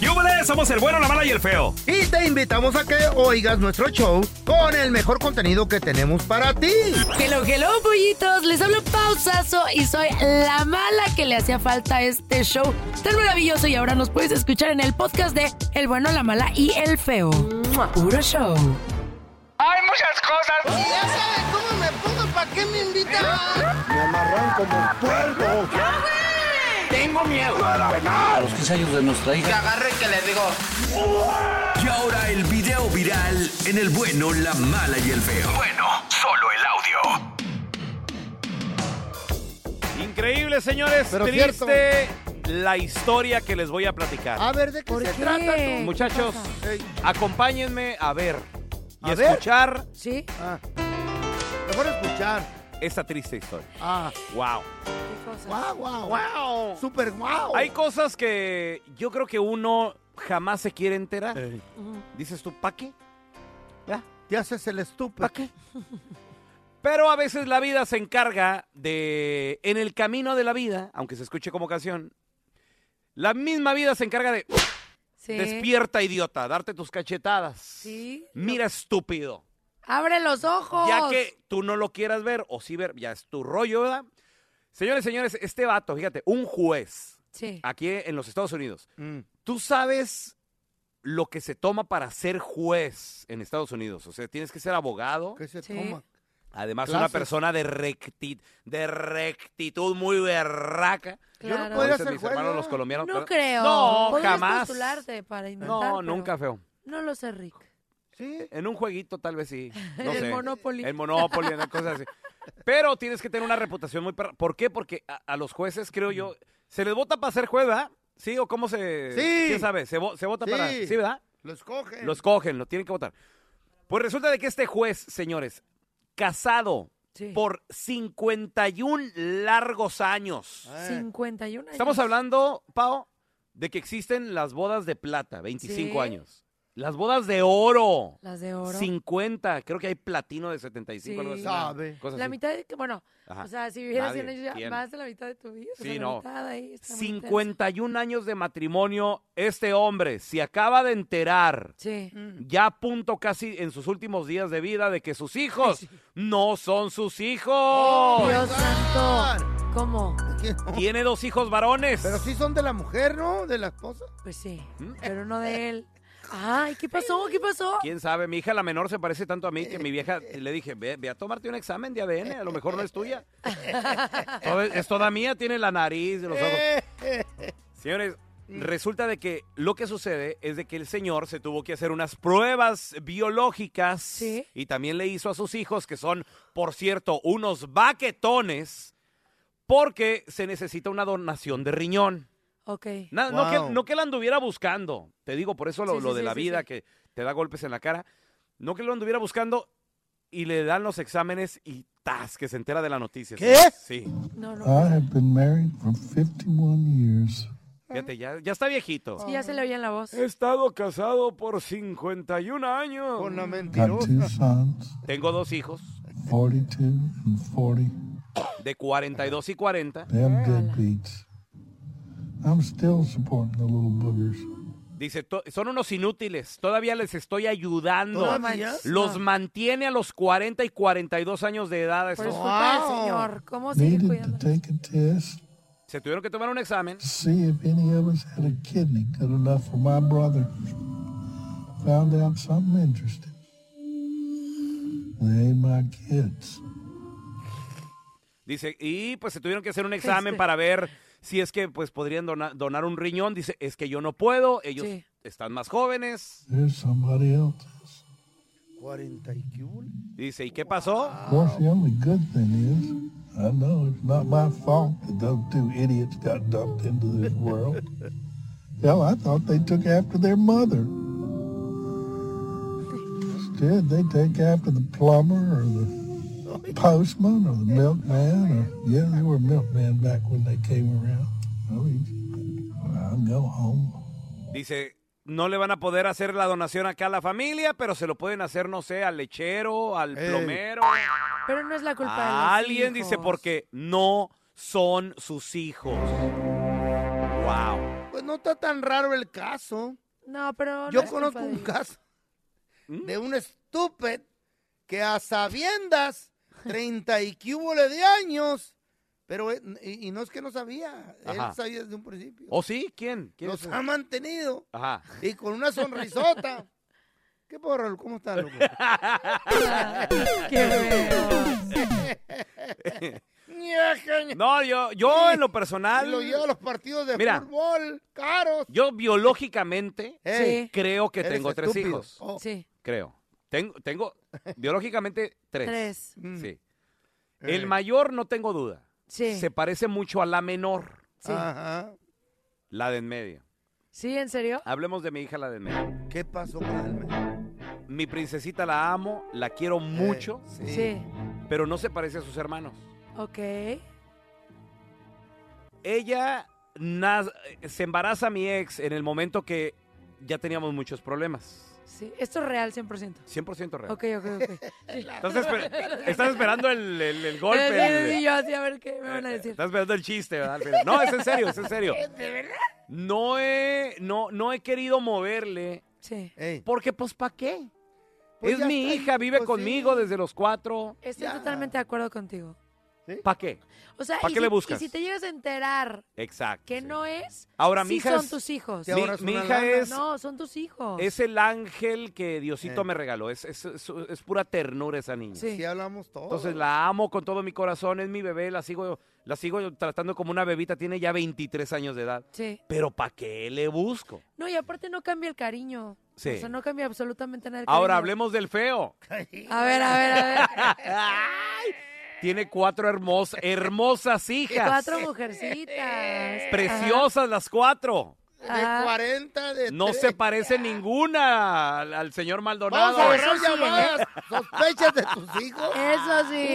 ¡Yúbales! Somos el bueno, la mala y el feo. Y te invitamos a que oigas nuestro show con el mejor contenido que tenemos para ti. Hello, hello, pollitos. Les hablo pausazo y soy la mala que le hacía falta a este show tan maravilloso. Y ahora nos puedes escuchar en el podcast de El bueno, la mala y el feo. Puro show. Hay muchas cosas. Ya sabes cómo me pongo, ¿para qué me invitan? Me amarran como puerco. Tengo miedo a la A los 15 años de nuestra Que agarre que le digo. Y ahora el video viral en el bueno, la mala y el feo. Bueno, solo el audio. Increíble, señores. Pero Triste la historia que les voy a platicar. A ver, ¿de qué ¿Por se qué? trata? tú? Muchachos, Ey, acompáñenme a ver y A ver. escuchar ¿Sí? ah. Mejor escuchar. esta triste historia. Ah, Wow. guau, guau. Wow. Super guau. Hay cosas que yo creo que uno jamás se quiere enterar. Ey, Dices tú, ¿pa' qué? Te haces el estúpido. ¿Pa' qué? Pero a veces la vida se encarga de, en el camino de la vida, aunque se escuche como canción, la misma vida se encarga de, Sí. despierta idiota, darte tus cachetadas. Este, Sí. Mira estúpido. ¡Abre los ojos! Ya que tú no lo quieras ver o sí ver, ya es tu rollo, ¿verdad? Señores, señores, este vato, fíjate, un juez Sí. aquí en los Estados Unidos. Mm. Tú sabes lo que se toma para ser juez en Estados Unidos. O sea, tienes que ser abogado. ¿Qué se Sí. toma? Además, una Clases. persona de, recti- de rectitud muy berraca. Yo no Claro. podría Como dicen ser mis juez. hermanos ¿no? los colombianos. No pero- creo. No, Podrías jamás. postularte para inventar, No, pero nunca, feo. No lo sé, Rick. Sí. En un jueguito tal vez sí. No el sé. Monopoly. En Monopoly, en cosas así. Pero tienes que tener una reputación muy perra. ¿Por qué? Porque a, a los jueces, creo yo, se les vota para ser juez, ¿verdad? ¿Sí? ¿O cómo se...? Sí. ¿Quién sabe? ¿Se, vo- se vota Sí. para...? ¿Sí, verdad? Lo escogen. Los cogen, lo tienen que votar. Pues resulta de que este juez, señores, casado Sí. por 51 largos años. Ah. Eh, 51 años. Estamos hablando, Pau, de que existen las bodas de plata, 25 Sí. años. Las bodas de oro. Las de oro. 50, creo que hay platino de 75, algo Sí. así. Sabe. Cosas La así. mitad de que, bueno, Ajá. o sea, si vivieras Nadie, 100 años, ya ¿quién? más de la mitad de tu vida. o Sí, sea, no. La mitad ahí está muy intenso. 51 años de matrimonio. Este hombre se acaba de enterar, Sí. ya a punto casi en sus últimos días de vida, de que sus hijos no son sus hijos. Dios santo. ¿Cómo? Tiene dos hijos varones. Pero sí son de la mujer, ¿no? De la esposa. Pues sí, ¿Mm? pero no de él. Ay, ¿qué pasó? ¿Qué pasó? ¿Quién sabe? Mi hija, la menor, se parece tanto a mí que mi vieja le dije, ve, ve a tomarte un examen de ADN, a lo mejor no es tuya. Todo- es toda mía, tiene la nariz, los ojos. Eh, eh, Señores, resulta de que lo que sucede es de que el señor se tuvo que hacer unas pruebas biológicas Sí. y también le hizo a sus hijos, que son, por cierto, unos baquetones, porque se necesita una donación de riñón. Ok. Na- no, Wow. que, no que la anduviera buscando. Te digo, por eso lo, Sí, sí, lo de sí, la sí, vida sí. que te da golpes en la cara. No que lo anduviera buscando y le dan los exámenes y ¡tas! que se entera de la noticia. ¿Qué? Sí. No, no. I have been married for 51 years. Fíjate, ya, ya está viejito. Sí, ya se le oía en la voz. He estado casado por 51 años. Con la Got two mentirosa. sons, Tengo dos hijos 42 and 40. de 42 y 40. Damn deadbeats. I'm still supporting the little boogers. Dice, "To- son unos inútiles, todavía les estoy ayudando. ¿Todavía? Los mantiene a los 40 y 42 años de edad. a Por estos- su culpa del Wow. señor. ¿Cómo sigue Needed to cuidando? take a test Se tuvieron que tomar un examen. to see if any of us had a kidney good enough for my brother. Found out something interesting. They ain't my kids. Dice, y pues se tuvieron que hacer un examen para ver si es que pues podrían dona- donar un riñón. Dice, es que yo no puedo, ellos Sí. están más jóvenes. There's somebody else's. 40 y qué hubo. Dice, ¿y qué pasó? Of course, the only good thing is, I know it's not my fault that those two idiots got dumped into this world. Hell, I thought they took after their mother. Instead, they take after the plumber or the postman or the milkman. Or, yeah, they were milkmen back when they came around. I mean, I'll go home. Dice, no le van a poder hacer la donación acá a la familia, pero se lo pueden hacer, no sé, al lechero, al Ey. plomero, Pero no es la culpa de los a alguien. Dice, hijos. porque no son sus hijos. Wow. Pues no está tan raro el caso. No, pero no Yo es conozco culpa de un ellos. caso ¿Mm? de un estúpido que a sabiendas, 30 y qué hubo le de años, pero eh, y, y no es que no sabía, Ajá. él sabía desde un principio. ¿O sí? ¿Quién? ¿Quién Los es? ha mantenido Ajá. y con una sonrisota. ¿Qué porro? ¿Cómo estás, loco? Qué feo. No, yo, yo en lo personal, Y lo lleva a los partidos de Mira. fútbol caros. yo biológicamente Ey, creo que eres tengo tres estúpido. hijos. Oh, Sí, Creo. Tengo, tengo biológicamente tres. tres. mm, Sí. eh, El mayor no tengo duda. Sí. Se ah. parece mucho a la menor, Sí. Ajá. la de en medio. ¿Sí, en serio? Hablemos de mi hija, la de en medio. ¿Qué pasó con él? Mi princesita la amo, la quiero mucho, Eh, Sí. Sí. pero no se parece a sus hermanos. Ok. Ella naz- se embaraza a mi ex en el momento que ya teníamos muchos problemas. Sí. Esto es real 100%. 100% real. Ok, ok, ok. Estás, esper- estás esperando el, el- el pues, golpe. Eh, Sí, el- sí, sí, yo así a ver qué me van a decir. Estás esperando el chiste, ¿verdad? Al final. No, es en serio, es en serio. ¿De verdad? No he, no, no he querido moverle Sí. Ey, porque, pues, ¿para qué? Pues es ya mi está ahí, hija, vive pues, conmigo sí. desde los cuatro. Estoy Ya. totalmente de acuerdo contigo. ¿Para qué? O sea, ¿Para y qué si- le buscas? Y si te llegas a enterar Exacto. que sí. no es, Ahora, sí mi hija son es- tus hijos. Te Mi, ahorras mi una hija lana. es, No, son tus hijos. es el ángel que Diosito Eh. me regaló. Es, es- es- es pura ternura esa niña. Sí. Sí, hablamos todo. Entonces la amo con todo mi corazón, es mi bebé, la sigo, la sigo tratando como una bebita, tiene ya 23 años de edad. Sí. Pero ¿para qué le busco? No, y aparte no cambia el cariño. Sí. O sea, no cambia absolutamente nada el cariño. Ahora hablemos del feo. A ver, a ver, a ver. Ay, tiene cuatro hermosas, hermosas hijas. Cuatro mujercitas. Preciosas las cuatro. de Ajá. ¿eh? 40 de No tres. se parece ninguna al, al señor Maldonado. Vamos a agarrar Eso sí, llamadas sospechas de tus hijos. Eso sí.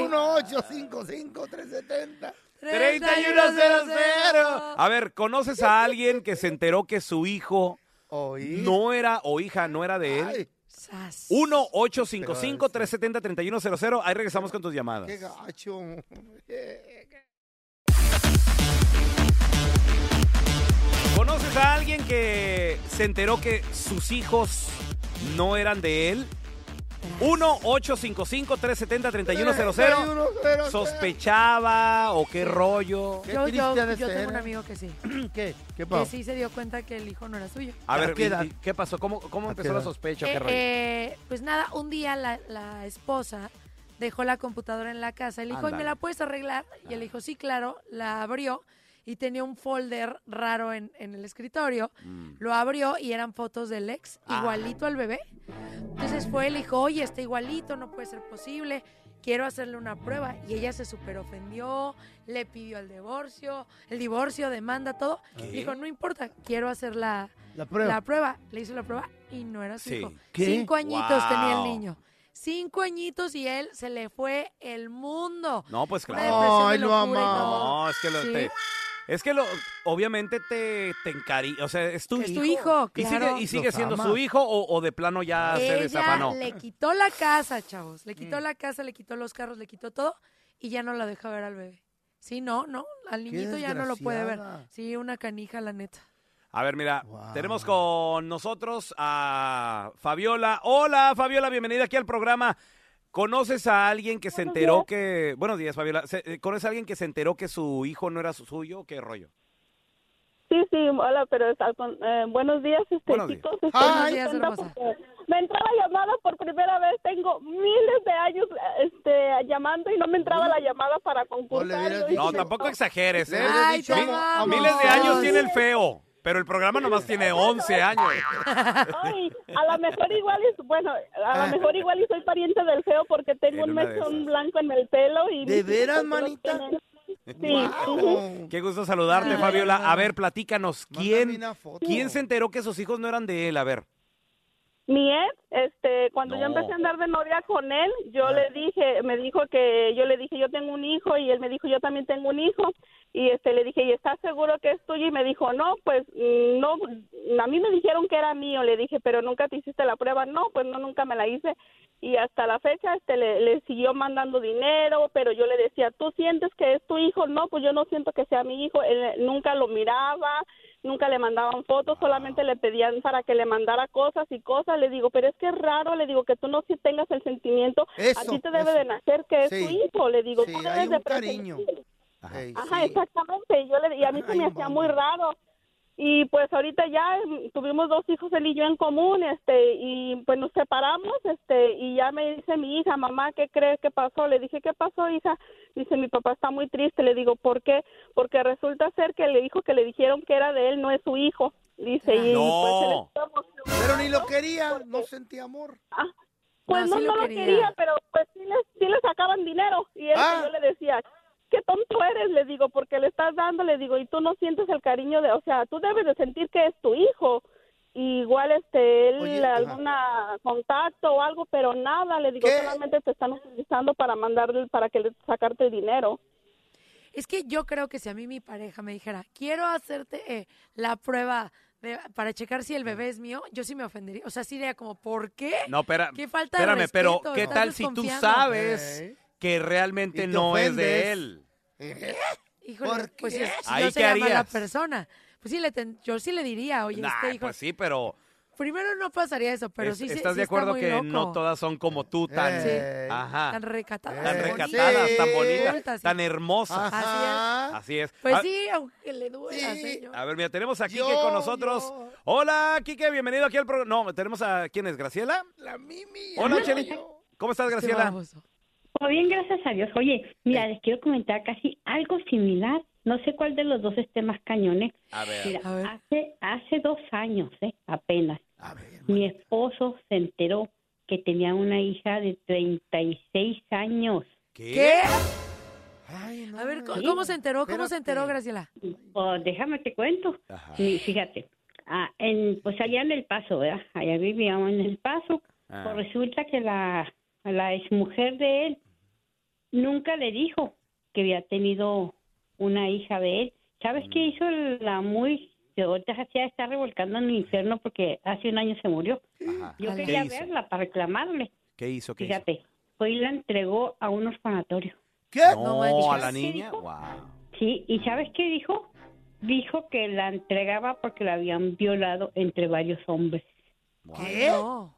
1-855-370. 3100. A ver, ¿conoces a alguien que se enteró que su hijo Oí. no era o hija no era de él? Ay, Sas. 1-855-370-3100. Ahí regresamos con tus llamadas. qué gacho. ¿Conoces a alguien que se enteró que sus hijos no eran de él? 1-855-370-3100. 3100. ¿Sospechaba o qué rollo? Qué Yo, yo, triste ha de yo ser, tengo un ¿eh? amigo que sí. ¿Qué? ¿Qué Que pasó? sí se dio cuenta que el hijo no era suyo. A ver, ¿A qué edad? ¿y- y ¿qué pasó? ¿Cómo, cómo ¿A qué empezó la edad? sospecha? o Eh, ¿Qué rollo? eh, pues nada, un día la, la esposa dejó la computadora en la casa. El hijo, Ándale. ¿me la puedes arreglar? Y él dijo, sí, claro. La abrió y tenía un folder raro en, en el escritorio. Lo abrió y eran fotos del ex, Mm. Ah. igualito al bebé. Entonces fue, él dijo, oye, está igualito, no puede ser posible. Quiero hacerle una prueba. Y ella se superofendió, le pidió el divorcio, el divorcio, demanda, todo. Dijo, no importa, quiero hacer la, La prueba. la prueba, le hizo la prueba y no era su Sí. hijo. ¿Qué? Cinco añitos Wow. tenía el niño. Cinco añitos y él se le fue el mundo. No, pues Una claro. depresión de Ay, lo locura y amaba. todo. No, es que lo, Sí. te- es que lo, obviamente te, te encari, o sea, es tu Es hijo. tu hijo, y claro. sigue, y sigue Los siendo ama. su hijo o, o de plano ya Ah, se Ella desafanó. le quitó la casa, chavos. Le Mm. quitó la casa, le quitó los carros, le quitó todo y ya no la deja ver al bebé. Sí, no, no, al niñito ya no lo puede ver. desgraciada. Sí, una canija, la neta. A ver, mira, tenemos con nosotros a Fabiola. Hola, Fabiola, bienvenida aquí al programa. ¿Conoces a alguien que se enteró que... Buenos días, Fabiola. Se- eh, ¿Conoces a alguien que se enteró que su hijo no era su- suyo? ¿Qué rollo? Sí, sí, hola, pero es al con- eh, buenos días, este, Buenos días. chicos. estoy Buenos muy días, contenta hermosa. porque Me entraba llamada por primera vez, tengo miles de años este, llamando y no me entraba la llamada para No le concursar. hubieras Yo No, dije, tampoco exageres, ¿eh? hubieras Ay, dicho, te Mi- amo. miles de años tiene el feo, pero el programa nomás tiene 11 años. Ay, a lo mejor igual es, bueno, a lo mejor igual y soy pariente del feo porque tengo Ah. un En una de mechón esas. blanco en el pelo y... ¿De mis hijos veras, todos manita? tienen- Sí, ujú. Wow. Qué gusto saludarte, Fabiola. A ver, platícanos, Mándame ¿quién, una foto. ¿quién se enteró que sus hijos no eran de él? A ver. Mi ex, este, cuando No. yo empecé a andar de novia con él, yo le dije, me dijo que, yo le dije, yo tengo un hijo, y él me dijo, yo también tengo un hijo, y este, le dije, ¿y estás seguro que es tuyo? Y me dijo, no, pues, mm, no, a mí me dijeron que era mío, le dije, pero nunca te hiciste la prueba, no, pues, no, nunca me la hice, y hasta la fecha, este, le, le siguió mandando dinero, pero yo le decía, ¿tú sientes que es tu hijo? No, pues, yo no siento que sea mi hijo, él eh, nunca lo miraba, nunca le mandaban Ah. fotos, solamente le pedían para que le mandara cosas y cosas. Le digo, pero es que es raro, le digo, que tú no si tengas el sentimiento. Eso, a ti te debe eso. de nacer que es Sí. tu hijo, le digo. Sí, tú hay debes de un cariño. presentir- Ey, Ajá, sí. exactamente. Y, yo le, y a mí se Ay, me hacía mami. muy raro. Y pues ahorita ya mm, tuvimos dos hijos, él y yo en común, este, y pues nos separamos, este, y ya me dice mi hija, mamá, ¿qué crees que pasó? Le dije, ¿qué pasó, hija? Dice, mi papá está muy triste. Le digo, ¿por qué? Porque resulta ser que el hijo que le dijeron que era de él no es su hijo. Dice, y No. pues él estaba emocionado. Pero ni lo quería, no sentía amor. Ah, pues No, no, sí no lo lo quería. quería. pero pues sí le sí le sacaban dinero. Y él, Ah. yo le decía, qué tonto eres, le digo, porque le estás dando, le digo, y tú no sientes el cariño de, o sea, tú debes de sentir que es tu hijo. Y igual este él Oye, ajá. alguna contacto o algo pero nada le digo ¿Qué? solamente te están utilizando para mandarle para que le sacarte el dinero Es que yo creo que si a mí mi pareja me dijera, quiero hacerte eh, la prueba de- para checar si el bebé es mío, yo sí me ofendería. O sea, sí diría como, ¿por qué? No, espera, Qué falta de espérame, pero respeto, ¿qué estás tal si tú desconfiando. sabes Ey. que Y realmente te no es de ofendes. él? Híjole, ¿Por pues qué? si- si Ahí, yo ¿qué sería mala harías? persona. Pues sí, le ten- yo sí le diría, oye, Nah, este hijo. pues sí, pero, Primero no pasaría eso, pero es- sí se- estás sí de acuerdo está muy que loco. no todas son como tú, tan, Sí. ajá, Tan recatadas. tan Eh, recatadas, sí. tan bonitas, Adultas, sí. tan hermosas. Ajá. Así es. Ah, Pues A- sí, aunque le duela, Sí. señor. A ver, mira, tenemos a Kike Yo, con nosotros. yo. Hola, Kike, bienvenido aquí al programa. No, tenemos a, ¿quién es? ¿Graciela? La Mimi. Hola, el Cheli. rollo. ¿Cómo estás, Qué Graciela? baboso. Muy Pues bien, gracias a Dios. Oye, mira, Eh. les quiero comentar casi algo similar. No sé cuál de los dos esté más ¿eh? cañones. A ver. Mira, A ver. hace, hace dos años, eh, apenas, A ver. mi esposo se enteró que tenía una hija de 36 años. ¿Qué? Ay, no, A ver, ¿cómo, no, cómo se enteró? ¿Cómo se Espérate. enteró, Graciela? Pues déjame te cuento. Ajá. Y fíjate, ah, en, pues allá en El Paso, ¿verdad? Allá vivíamos en El Paso. Ah. Pues resulta que la, la exmujer de él nunca le dijo que había tenido una hija de él. ¿Sabes qué hizo la muy... que ahorita se está revolcando en el infierno porque hace un año se murió. Ajá. Yo ¿Qué quería hizo? verla para reclamarle. ¿Qué hizo? ¿Qué hizo? Fíjate, fue y la entregó a un orfanatorio. ¿Qué? No No, manches. a la ¿Qué niña. dijo? Wow. Sí, ¿y sabes qué dijo? Dijo que la entregaba porque la habían violado entre varios hombres. ¿Qué? No.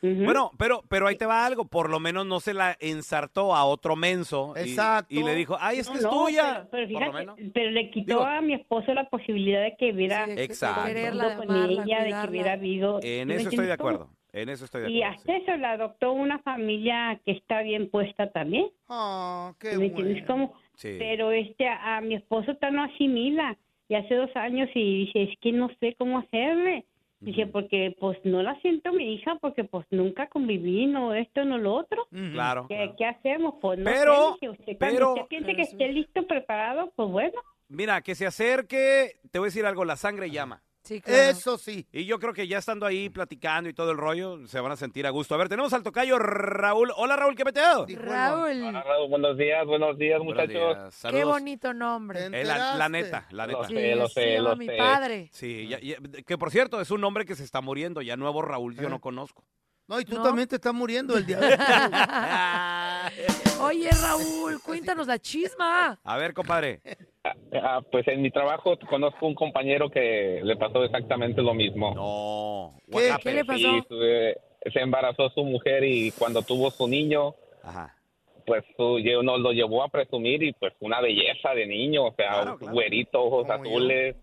Ujú. Bueno, pero, pero ahí te va algo. Por lo menos no se la ensartó a otro menso. y- Exacto. Y, le dijo, ay, esta No, es no, tuya. Pero, pero Por lo fíjate, menos. pero le quitó Digo- a mi esposo la posibilidad de que hubiera Sí, de- de Exacto. Quererla, de con amarla, ella, de que hubiera cuidarla. habido. ¿sí En me eso estoy de entiendes cómo? acuerdo. En eso estoy Y de acuerdo. hasta eso la adoptó una familia que está bien puesta también. Ah, qué ¿sí ¿Me entiendes bueno. cómo? Sí. Sí. Pero este, a, a mi esposo está no asimila. Y hace dos años y dice, es que no sé cómo hacerle. Dice, porque pues no la siento mi hija, porque pues nunca conviví, no esto, no lo otro. Claro. ¿Qué, claro. qué hacemos? Pues no Pero- sé, dije, usted, pero- cuando usted piense que esté listo, preparado, pues bueno. Mira, que se acerque, te voy a decir algo, la sangre llama. Sí, claro. Eso sí. Y yo creo que ya estando ahí platicando y todo el rollo, se van a sentir a gusto. A ver, tenemos al tocayo Raúl. Hola, Raúl, ¿qué peteo? Dijo el vato. Raúl, buenos días, buenos días, Buenos muchachos. días, qué saludos. bonito nombre. Ten- Eh, la, la neta, la neta. Lo sé, lo sí, sé, llama lo mi sé. padre. Sí, ya- ya- que por cierto, es un hombre que se está muriendo. Ya nuevo Raúl, yo Eh. no conozco. No, y tú No. también te estás muriendo el día. a Oye, Raúl, cuéntanos la chisma. ver, compadre. Ah, pues en mi trabajo conozco un compañero que le pasó exactamente lo mismo. No. ¿Qué? ¿Qué le pasó? se embarazó su mujer y cuando tuvo su niño, pues su, lle- nos lo llevó a presumir y pues una belleza de niño, o sea, Claro, un claro. güerito, ojos Como yo. azules.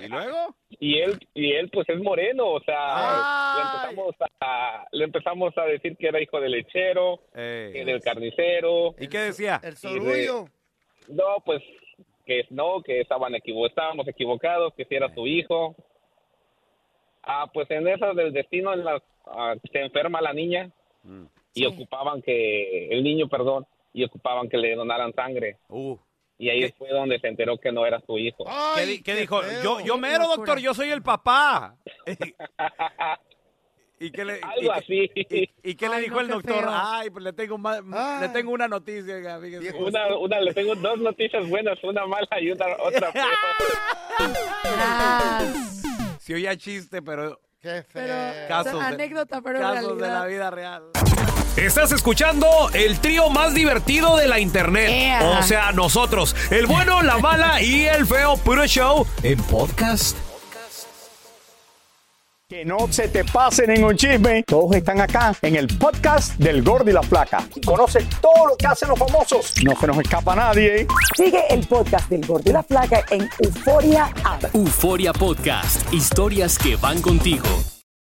¿Y luego? Y él, y él pues es moreno, o sea, le empezamos, a, le empezamos a decir que era hijo del lechero, Eh, que del carnicero. ¿Y qué decía? El No, pues que no, que estaban equivo- estábamos equivocados, que si era su hijo. Ah, pues en esas del destino en las, ah, se enferma la niña y ocupaban que, el niño, perdón, y ocupaban que le donaran sangre. Y ahí fue donde se enteró que no era su hijo. ¿Qué, uh, di- qué dijo? Yo, yo mero, doctor, yo soy el papá. ¿Y qué le, y Algo qué- así. y- y qué le Ay, dijo no, el qué doctor? feo. Ay, pues le tengo, ma- le tengo una noticia. oiga, fíjese. Una, una, le tengo dos noticias buenas, una mala y una otra peor. Ah, Se oía chiste, pero... O Casos, sea, de- anécdota, pero casos de la realidad. vida real. Estás escuchando el trío más divertido de la internet. Ea. O sea, nosotros, el bueno, la mala y el feo puro show en podcast. Que no se te pase ningún chisme. Todos están acá en el podcast del Gordi y la Flaca. Y conoce todo lo que hacen los famosos. No se nos escapa nadie. Sigue el podcast del Gordi y la Flaca en Euforia Euforia Podcast. Historias que van contigo.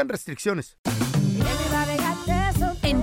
restricciones. En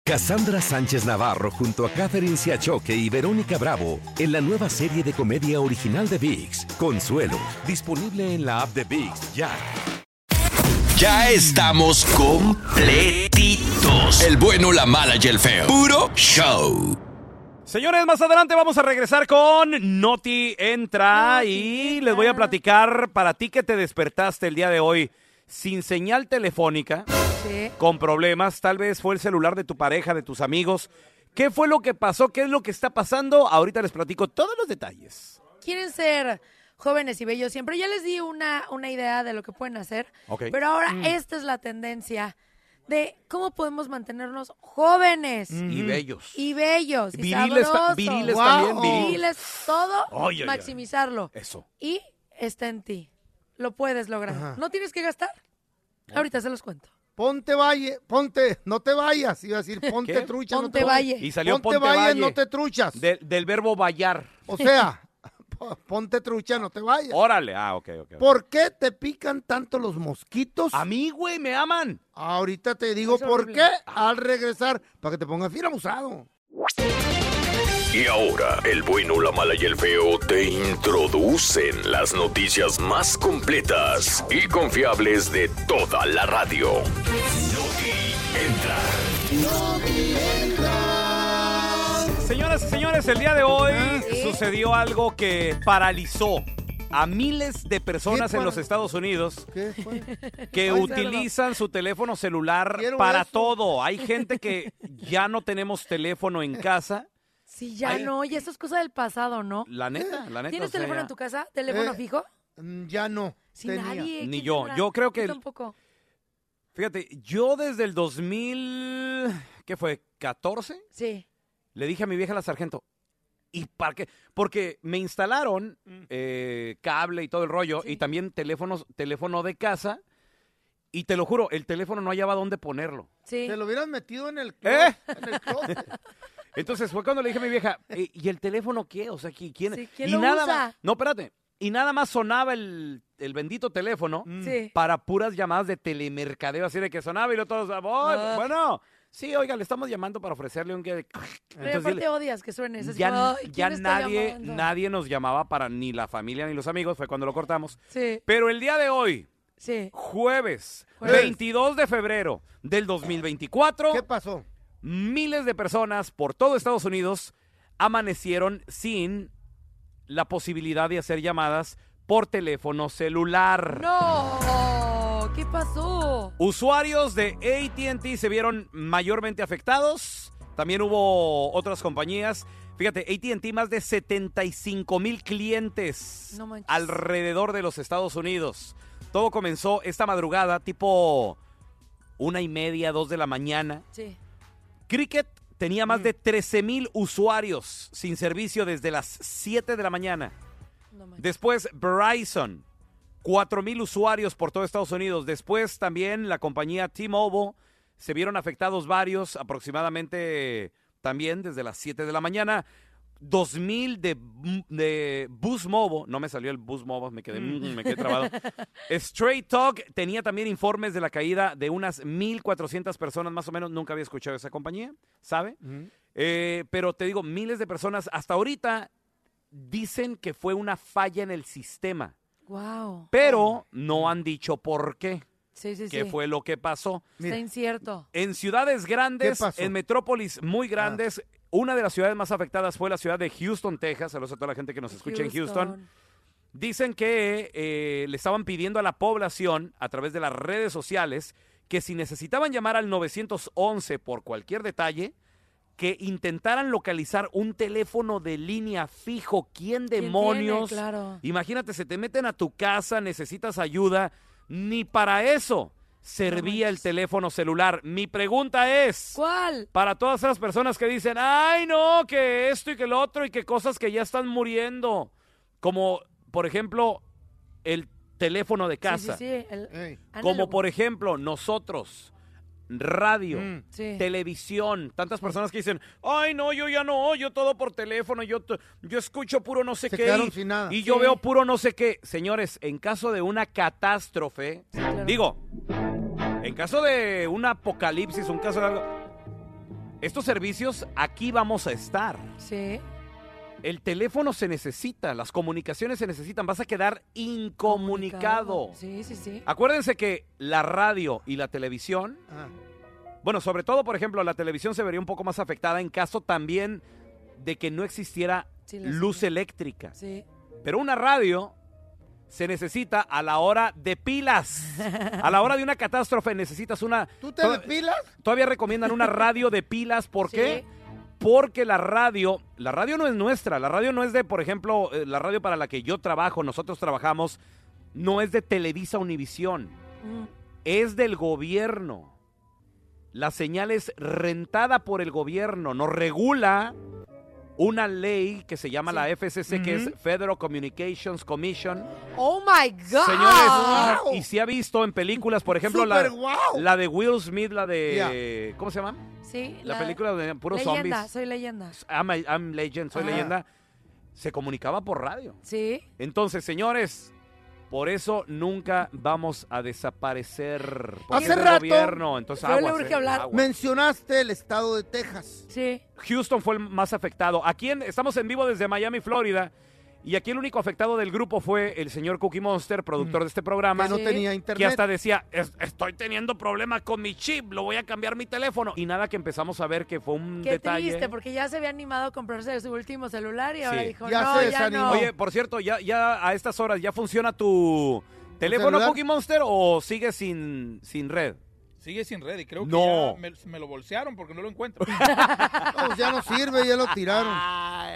Cassandra Sánchez Navarro junto a Catherine Siachoque y Verónica Bravo en la nueva serie de comedia original de VIX, Consuelo, disponible en la app de VIX ya. Ya estamos completitos. El bueno, la mala y el feo. Puro show. Señores, más adelante vamos a regresar con Noti Entra y les voy a platicar para ti que te despertaste el día de hoy sin señal telefónica, con problemas, tal vez fue el celular de tu pareja, de tus amigos. ¿Qué fue lo que pasó? ¿Qué es lo que está pasando? Ahorita les platico todos los detalles. Quieren ser jóvenes y bellos siempre. Ya les di una, una idea de lo que pueden hacer. Ok. Pero ahora Mm. esta es la tendencia de cómo podemos mantenernos jóvenes. Y bellos. Y bellos. Y Mm. Viriles ta- sabrosos. viriles también, viril. Viriles, todo, Ay, ay, ay. maximizarlo. Eso. Y está en ti. Lo puedes lograr. Ajá. No tienes que gastar. Ahorita se los cuento. Ponte valle, ponte, no te vayas. Iba a decir, ponte ¿Qué? trucha, no Ponte te valle. vayas. Y salió ponte, valle, no te truchas. Del, del verbo vallar. O sea, po- ponte trucha, no te vayas. Órale. Ah, ok, ok. ok. ¿Por qué te pican tanto los mosquitos? A mí, güey, me aman. Ahorita te digo Es por horrible. qué al regresar, para que te pongas fiel abusado. Y ahora, el bueno, la mala y el feo te introducen las noticias más completas y confiables de toda la radio. Señoras y señores, el día de hoy Ah, sucedió algo que paralizó a miles de personas ¿Qué en los para- Estados Unidos ¿Qué fue? que Ay, utilizan su teléfono celular Quiero para eso. todo. Hay gente que ya no tenemos teléfono en casa. Sí, ya Ay. no. Y eso es cosa del pasado, ¿no? La neta, la neta. ¿Tienes o sea, teléfono ya- en tu casa? ¿Teléfono Eh, fijo? mm, Ya no. Sí, tenía. nadie. Ni ¿quién yo. tendrá? Yo creo que el- tampoco. Fíjate, yo desde el 2000, ¿qué fue? ¿14? Sí. Le dije a mi vieja la sargento, ¿y para qué? Porque me instalaron eh, cable y todo el rollo y también teléfonos, teléfono de casa. Y te lo juro, el teléfono no hallaba dónde ponerlo. Te lo hubieras metido en el clo- ¿Eh? en el closet. Entonces fue cuando le dije a mi vieja, "Eh, ¿y el teléfono qué? O sea, ¿qui- ¿quién? ¿quién y lo nada usa? más. No, espérate. y nada más sonaba el, el bendito teléfono Sí. para puras llamadas de telemercadeo, así de que sonaba y luego todos, "Voy, Ah. bueno, sí, oiga, le estamos llamando para ofrecerle un... que- Pero Entonces, aparte dile- odias que suene eso. es como, ya, "Ay, ¿quién ya me está nadie, llamando?" nadie nos llamaba para ni la familia ni los amigos, fue cuando lo cortamos. Sí, Pero el día de hoy, sí. jueves, Jueves. 22 de febrero del 2024. ¿Qué pasó? Miles de personas por todo Estados Unidos amanecieron sin la posibilidad de hacer llamadas por teléfono celular. ¡No! ¿Qué pasó? Usuarios de ATT se vieron mayormente afectados. También hubo otras compañías. Fíjate, ATT más de 75 mil clientes No manches. alrededor de los Estados Unidos. Todo comenzó esta madrugada, tipo una y media, dos de la mañana. Sí. Cricket tenía Mm. más de 13 mil usuarios sin servicio desde las 7 de la mañana. Después Verizon, 4 mil usuarios por todo Estados Unidos. Después también la compañía T-Mobile, se vieron afectados varios, aproximadamente también desde las 7 de la mañana. 2000 de, Bu- de Boost Mobile, no me salió el Boost Mobile, me quedé, Mm. me quedé trabado. Straight Talk tenía también informes de la caída de unas 1.400 personas más o menos. Nunca había escuchado esa compañía, ¿sabe? Eh, pero te digo, miles de personas hasta ahorita dicen que fue una falla en el sistema, Wow. pero no han dicho por qué, Sí, Oh sí, qué sí. fue lo que pasó. Está incierto. En ciudades grandes, ¿Qué pasó? Ah. en metrópolis muy grandes, una de las ciudades más afectadas fue la ciudad de Houston, Texas. Saludos a toda la gente que nos escucha en Houston. Dicen que eh, le estaban pidiendo a la población, a través de las redes sociales, que si necesitaban llamar al 911 por cualquier detalle, que intentaran localizar un teléfono de línea fijo. ¿Quién tiene? demonios? Claro. Imagínate, se te meten a tu casa, necesitas ayuda. Ni para eso servía el teléfono celular. Mi pregunta es... ¿Cuál? Para todas esas personas que dicen, ay no, que esto y que lo otro y que cosas que ya están muriendo. Como, por ejemplo, el teléfono de casa. Sí, sí, sí. el- Como análogo. por ejemplo nosotros, radio, mm, Sí. televisión, tantas personas que dicen, ay no, yo ya no, yo todo por teléfono, yo, to- yo escucho puro no sé Se qué quedaron y, sin nada. y yo Sí. veo puro no sé qué. Señores, en caso de una catástrofe, digo, en caso de un apocalipsis, un caso de algo, estos servicios aquí vamos a estar. Sí. El teléfono se necesita, las comunicaciones se necesitan, vas a quedar incomunicado. Sí, sí, sí. Acuérdense que la radio y la televisión, Ah. bueno, sobre todo, por ejemplo, la televisión se vería un poco más afectada en caso también de que no existiera Sí, la luz eléctrica. Sí. Pero una radio se necesita a la hora de pilas. A la hora de una catástrofe necesitas una... ¿Tú te depilas? Todavía recomiendan una radio de pilas. ¿Por qué? Porque la radio, la radio no es nuestra, la radio no es de, por ejemplo, eh, la radio para la que yo trabajo, nosotros trabajamos, no es de Televisa Univisión, Mm. es del gobierno. La señal es rentada por el gobierno, nos regula una ley que se llama la FCC, que es Federal Communications Commission. Oh my God. Señores, y se ha visto en películas, por ejemplo, la, Super guau. la de Will Smith, la de... ¿Cómo se llama? Sí, La película de puros leyenda, zombies. Soy leyenda. I'm, a- I'm Legend, soy Ah. leyenda, se comunicaba por radio. Sí. Entonces, señores, por eso nunca vamos a desaparecer. Porque Hace es del rato- gobierno, entonces Pero le aguas, urge eh, hablar. aguas. Mencionaste el estado de Texas. Sí. Houston fue el más afectado. Aquí en- estamos en vivo desde Miami, Florida. Y aquí el único afectado del grupo fue el señor Cookie Monster, productor de este programa. Mm. Que no Sí. tenía Que internet. hasta decía, "Es- estoy teniendo problemas con mi chip, lo voy a cambiar mi teléfono. Y nada que empezamos a ver que fue un Qué detalle. triste, porque ya se había animado a comprarse su último celular y ahora Sí. dijo, no, ya no. Oye, por cierto, ya, ya a estas horas ya funciona tu teléfono celular? Cookie Monster o sigue sin, sin red. Sigue sin red y creo que No. ya me, me lo bolsearon porque no lo encuentro. No, pues ya no sirve, ya lo tiraron. Ah,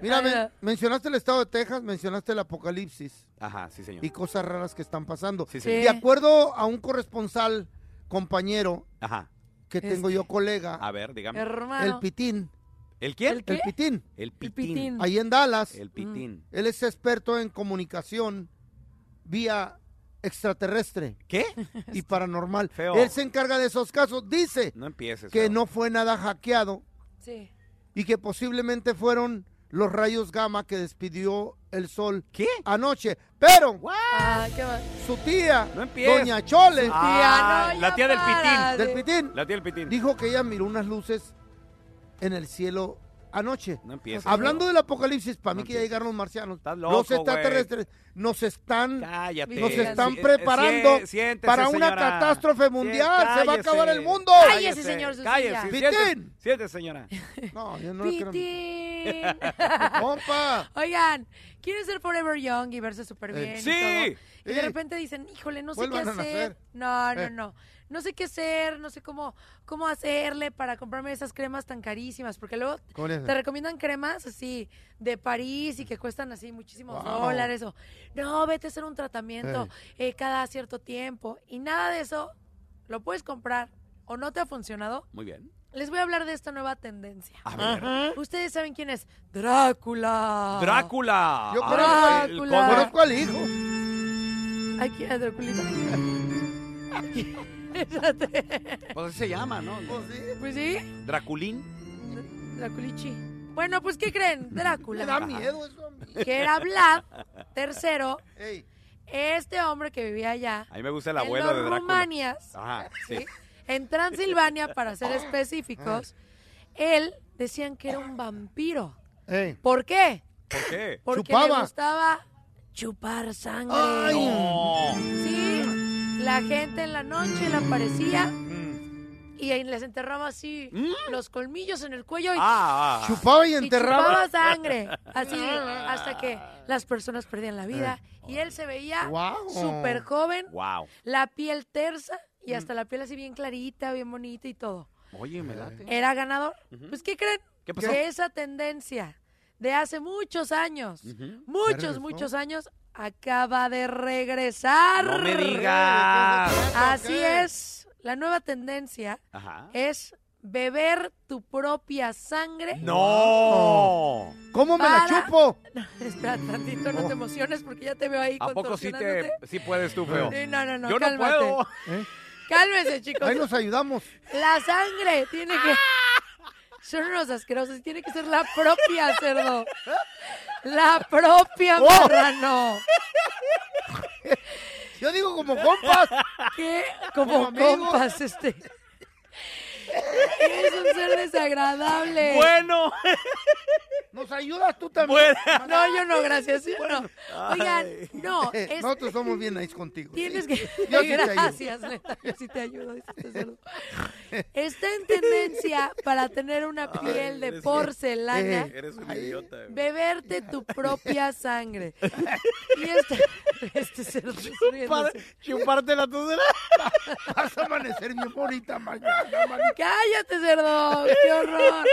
Mira, men- mencionaste el estado de Texas, mencionaste el apocalipsis. Ajá, sí, señor. y cosas raras que están pasando. señor. De acuerdo a un corresponsal, compañero, Ajá. que tengo yo colega, Este, A ver, dígame. Er, el Pitín. ¿El quién? ¿El, Pitín. El Pitín. Ahí en Dallas. Mm. El Pitín. Él es experto en comunicación vía extraterrestre. ¿Qué? Y paranormal. Feo. Él se encarga de esos casos. Dice No empieces. que no fue nada hackeado Sí. y que posiblemente fueron los rayos gamma que despidió el sol ¿Qué? anoche. Pero Ah, su tía, empieces. doña eh. Chole, Su tía, Ah, no, la ya tía del párale. del pitín. pitín, La tía del pitín. dijo que ella miró unas luces en el cielo anoche. empieces, Hablando no. del apocalipsis, para mí No que ya empieces. llegaron los marcianos. loco, los extraterrestres nos están, Cállate. nos están Sí, eh, preparando sí, siéntese, para una señora. catástrofe mundial. Se va a cállese. acabar el mundo. Cállese, señor, su Cállese. silla. Pitín. Siete, señora. No, yo no le quiero- Pitín. ¡Compa! Oigan, quieren ser forever young y verse súper Eh, bien. y sí, todo. Y sí. de repente dicen, híjole, no sé Vuelvan qué a nacer. hacer. No, no, Eh. no. No sé qué hacer, no sé cómo, cómo hacerle para comprarme esas cremas tan carísimas. Porque luego ¿Cómo le hacen? te recomiendan cremas así de París y que cuestan así muchísimos Wow. dólares. O no, vete a hacer un tratamiento eh, cada cierto tiempo. Y nada de eso lo puedes comprar o no te ha funcionado. Muy bien. Les voy a hablar de esta nueva tendencia. ver. Ajá. Ustedes saben quién es Drácula. Drácula. Yo Ay, conozco al- el Drácula. cóndor. Conozco al hijo. Aquí es Draculita. Espérate. Pues así se llama, ¿no? Oh, Pues sí, Draculín. Draculichi. Bueno, pues ¿qué creen? Drácula. Me da miedo eso. Que era Vlad tercero. Este hombre que vivía allá A mí me gusta el En abuelo los de Drácula. Rumanias. Ajá, sí. en Transilvania, para ser específicos, él decían que era un vampiro. ¿Por qué? ¿Por qué? Porque le gustaba chupar sangre. Oh. Sí, la gente en la noche le aparecía Mm. y ahí les enterraba así los colmillos en el cuello y Ah, ah. Chupaba y enterraba. Ah. chupaba sangre, así hasta que las personas perdían la vida y él se veía Guau. súper joven, Wow. la piel tersa y Mm. hasta la piel así bien clarita, bien bonita y todo. Oye, me late. Era ganador. Ujú. Pues ¿qué creen? ¿Qué pasó? Que esa tendencia de hace muchos años Ujú. Ya Muchos, regresó. muchos años. Acaba de regresar. No me digas. Así es. La nueva tendencia Ajá. es beber tu propia sangre. ¡No! ¿Cómo me la chupo? Espera tantito, no te emociones porque ya te veo ahí ¿A poco sí, te, contorsionándote. sí puedes tú, feo? Sí, no, no, no, Yo no cálmate. Eh. puedo. Cálmese, chicos. Ahí nos ayudamos. La sangre tiene que. Ah. Son unos asquerosos. Tiene que ser la propia, cerdo. La propia, Oh. marrano. Yo digo como compas. ¿Qué? Como amigos. compas, este. Eres un ser desagradable. Bueno. Nos ayudas tú también. No, yo no, gracias. Yo no. Oigan, Ay. no. Es, Nosotros somos bien nice contigo. Tienes que. Yo sí te ayudo. gracias, neta. Yo sí te ayudo. dice este cerdo. Está en tendencia para tener una piel de Eh, porcelana. Eres un idiota. güey. Beberte tu propia sangre. Y este, este cerdo es riéndose. Chuparte la tudera. Vas a amanecer bien bonita mañana, manito. Cállate, cerdo. Qué horror.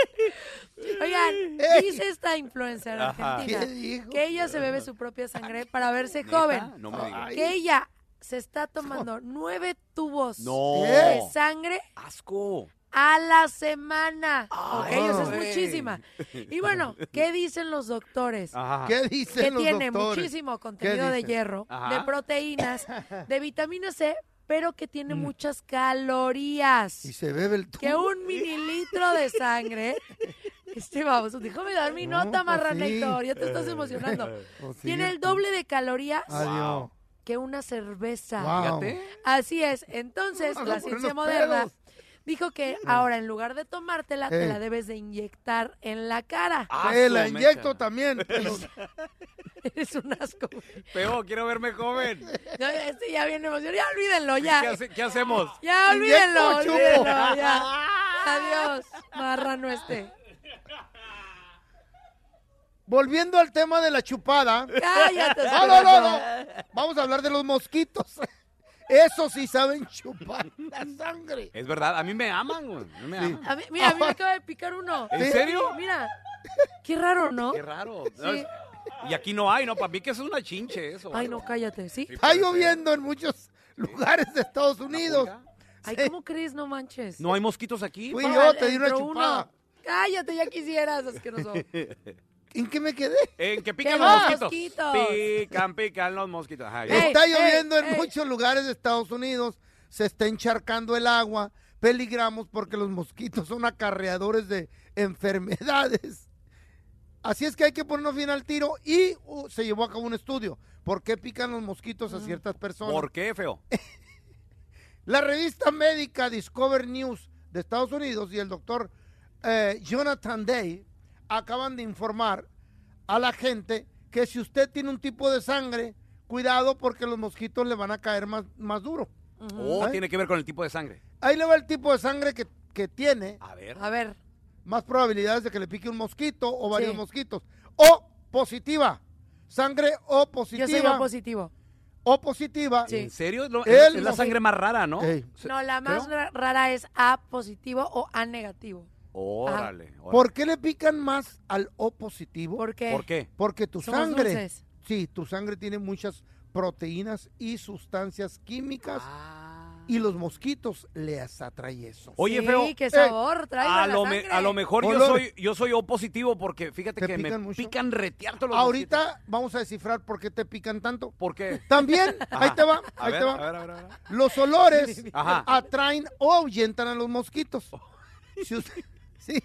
Oigan, dice esta influencer Ajá. argentina ¿Qué que ella se bebe su propia sangre para verse joven. No me digas. Que ella se está tomando nueve tubos No. de sangre Asco. a la semana. ok, eso es güey. muchísima. Y bueno, ¿qué dicen los doctores? Ah, Ajá. ¿Qué dicen Que los tiene doctores? muchísimo ¿Qué contenido de dicen? hierro, Ajá. de proteínas, de vitamina C, pero que tiene muchas calorías. Mm. Y se bebe el Que un mililitro de sangre. Este vamos, déjame dar mi nota, pues marranator. sí. Eh, Ya te estás emocionando. Pues sí. Tiene el doble de calorías Adiós. que una cerveza. Wow. Fíjate. Así es. Entonces, Vamos a la poner ciencia los moderna pedos. dijo que ahora en lugar de tomártela, te Eh. Ah. la debes de inyectar en la cara. Te la inyecto también. Eres un asco. güey. Feo, quiero verme joven. No, este ya viene emocionado. Ya olvídenlo, ya. ¿Qué, hace- qué hacemos? Ya olvídenlo, Inyecto, chupo. olvídenlo, ya. Adiós, marrano este. Volviendo al tema de la chupada. Cállate, No, no, no, no. Vamos a hablar de los mosquitos. Esos sí saben chupar la sangre. Es verdad, a mí me aman, güey. A mí me aman. A mí- mira, a mí me acaba de picar uno. ¿En serio? Mira. Qué raro, ¿no? Qué raro. Sí. Y aquí no hay, ¿no? Para mí que es una chinche eso. Ay, no, cállate, ¿sí? Está lloviendo en muchos lugares de Estados Unidos. Ay, Sí. ¿cómo crees? No manches. No hay mosquitos aquí. Fui Pa, yo, te di una entró chupada. uno. Cállate, ya quisieras, asqueroso. ¿En qué me quedé? En que pican Que los los mosquitos. mosquitos. Pican, pican los mosquitos. Ajá, yo- Está lloviendo en muchos lugares de Estados Unidos, se está encharcando el agua, peligramos porque los mosquitos son acarreadores de enfermedades. Así es que hay que ponernos fin al tiro y uh, se llevó a cabo un estudio. ¿Por qué pican los mosquitos a ciertas personas? Mm. ¿Por qué, feo? La revista médica Discover News de Estados Unidos y el doctor eh, Jonathan Day acaban de informar a la gente que si usted tiene un tipo de sangre, cuidado porque los mosquitos le van a caer más, más duro. Oh, ¿Eh? tiene que ver con el tipo de sangre. Ahí le va el tipo de sangre que, que tiene. A ver. A ver. Más probabilidades de que le pique un mosquito o varios Sí. mosquitos. O positiva. Sangre o Yo positiva. soy O positivo. O positiva. Sí. ¿En serio? Es lo- Él- es la sangre más rara, ¿no? Ey. No, la más ra- rara es A positivo o A negativo. Órale. órale. Ah, ¿Por qué le pican más al O positivo? ¿Por qué? ¿Por qué? Porque tu Somos sangre. dulces. Sí, tu sangre tiene muchas proteínas y sustancias químicas. Ah. Y los mosquitos les atrae eso. Oye, feo. eh, Sí, qué sabor, trae a, la lo me- sangre. a lo mejor yo Olores. soy, yo soy O positivo porque fíjate que me pican retiarto los Ahorita vamos a descifrar por qué te pican tanto. ¿Por qué? También, ahí Ajá. te va, A ahí ver, te va. a ver, a ver, a ver. Los olores Ajá. Oh. atraen o ahuyentan a los mosquitos. Si usted, sí.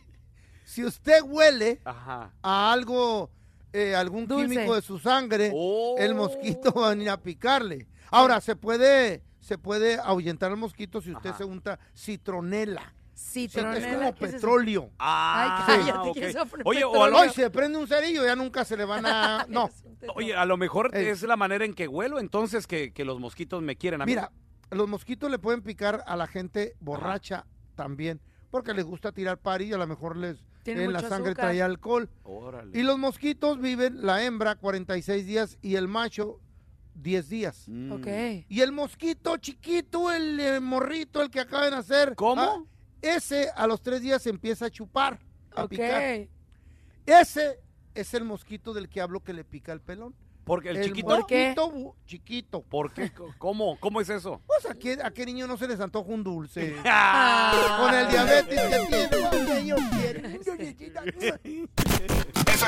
si usted huele a algo, eh, algún Dulce. químico de su sangre, Eh, Oh. el mosquito va a venir a picarle. Ahora, se puede, se puede ahuyentar al mosquito si usted se unta citronela. Citronela, Es como ¿qué ¿eh? es eso? petróleo. Ah, Sí. ah, ok. Oye, o a lo, Ay, se prende un cerillo, ya nunca se le van Ah, a... No. oye, a lo mejor es la manera en que huelo, entonces que, que los mosquitos me quieren a mí. Mira, los mosquitos le pueden picar a la gente borracha también, porque les gusta tirar pari y a lo mejor les Tiene en la mucho sangre azúcar. trae alcohol. Órale. Y los mosquitos viven la hembra 46 días y el macho 10 días. Mm. Ok. Y el mosquito chiquito, el eh, morrito, el que acaba de nacer. ah, ¿Cómo? ese a los 3 días empieza a chupar, a Ok. picar. Ese es el mosquito del que hablo que le pica el pelón. Porque el, chiquito. mosquito bu- chiquito. ¿Por qué? ¿Cómo? ¿Cómo es eso? Pues ¿a qué, a qué niño no se les antoja un dulce. Ah. Con el diabetes que tiene, mami, ellos quieren. Eso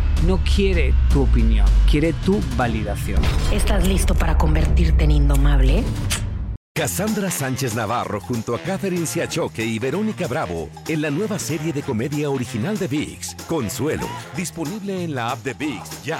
no quiere tu opinión, quiere tu validación. ¿Estás listo para convertirte en indomable? Cassandra Sánchez Navarro junto a Catherine Siachoque y Verónica Bravo en la nueva serie de comedia original de VIX, Consuelo, disponible en la app de VIX ya.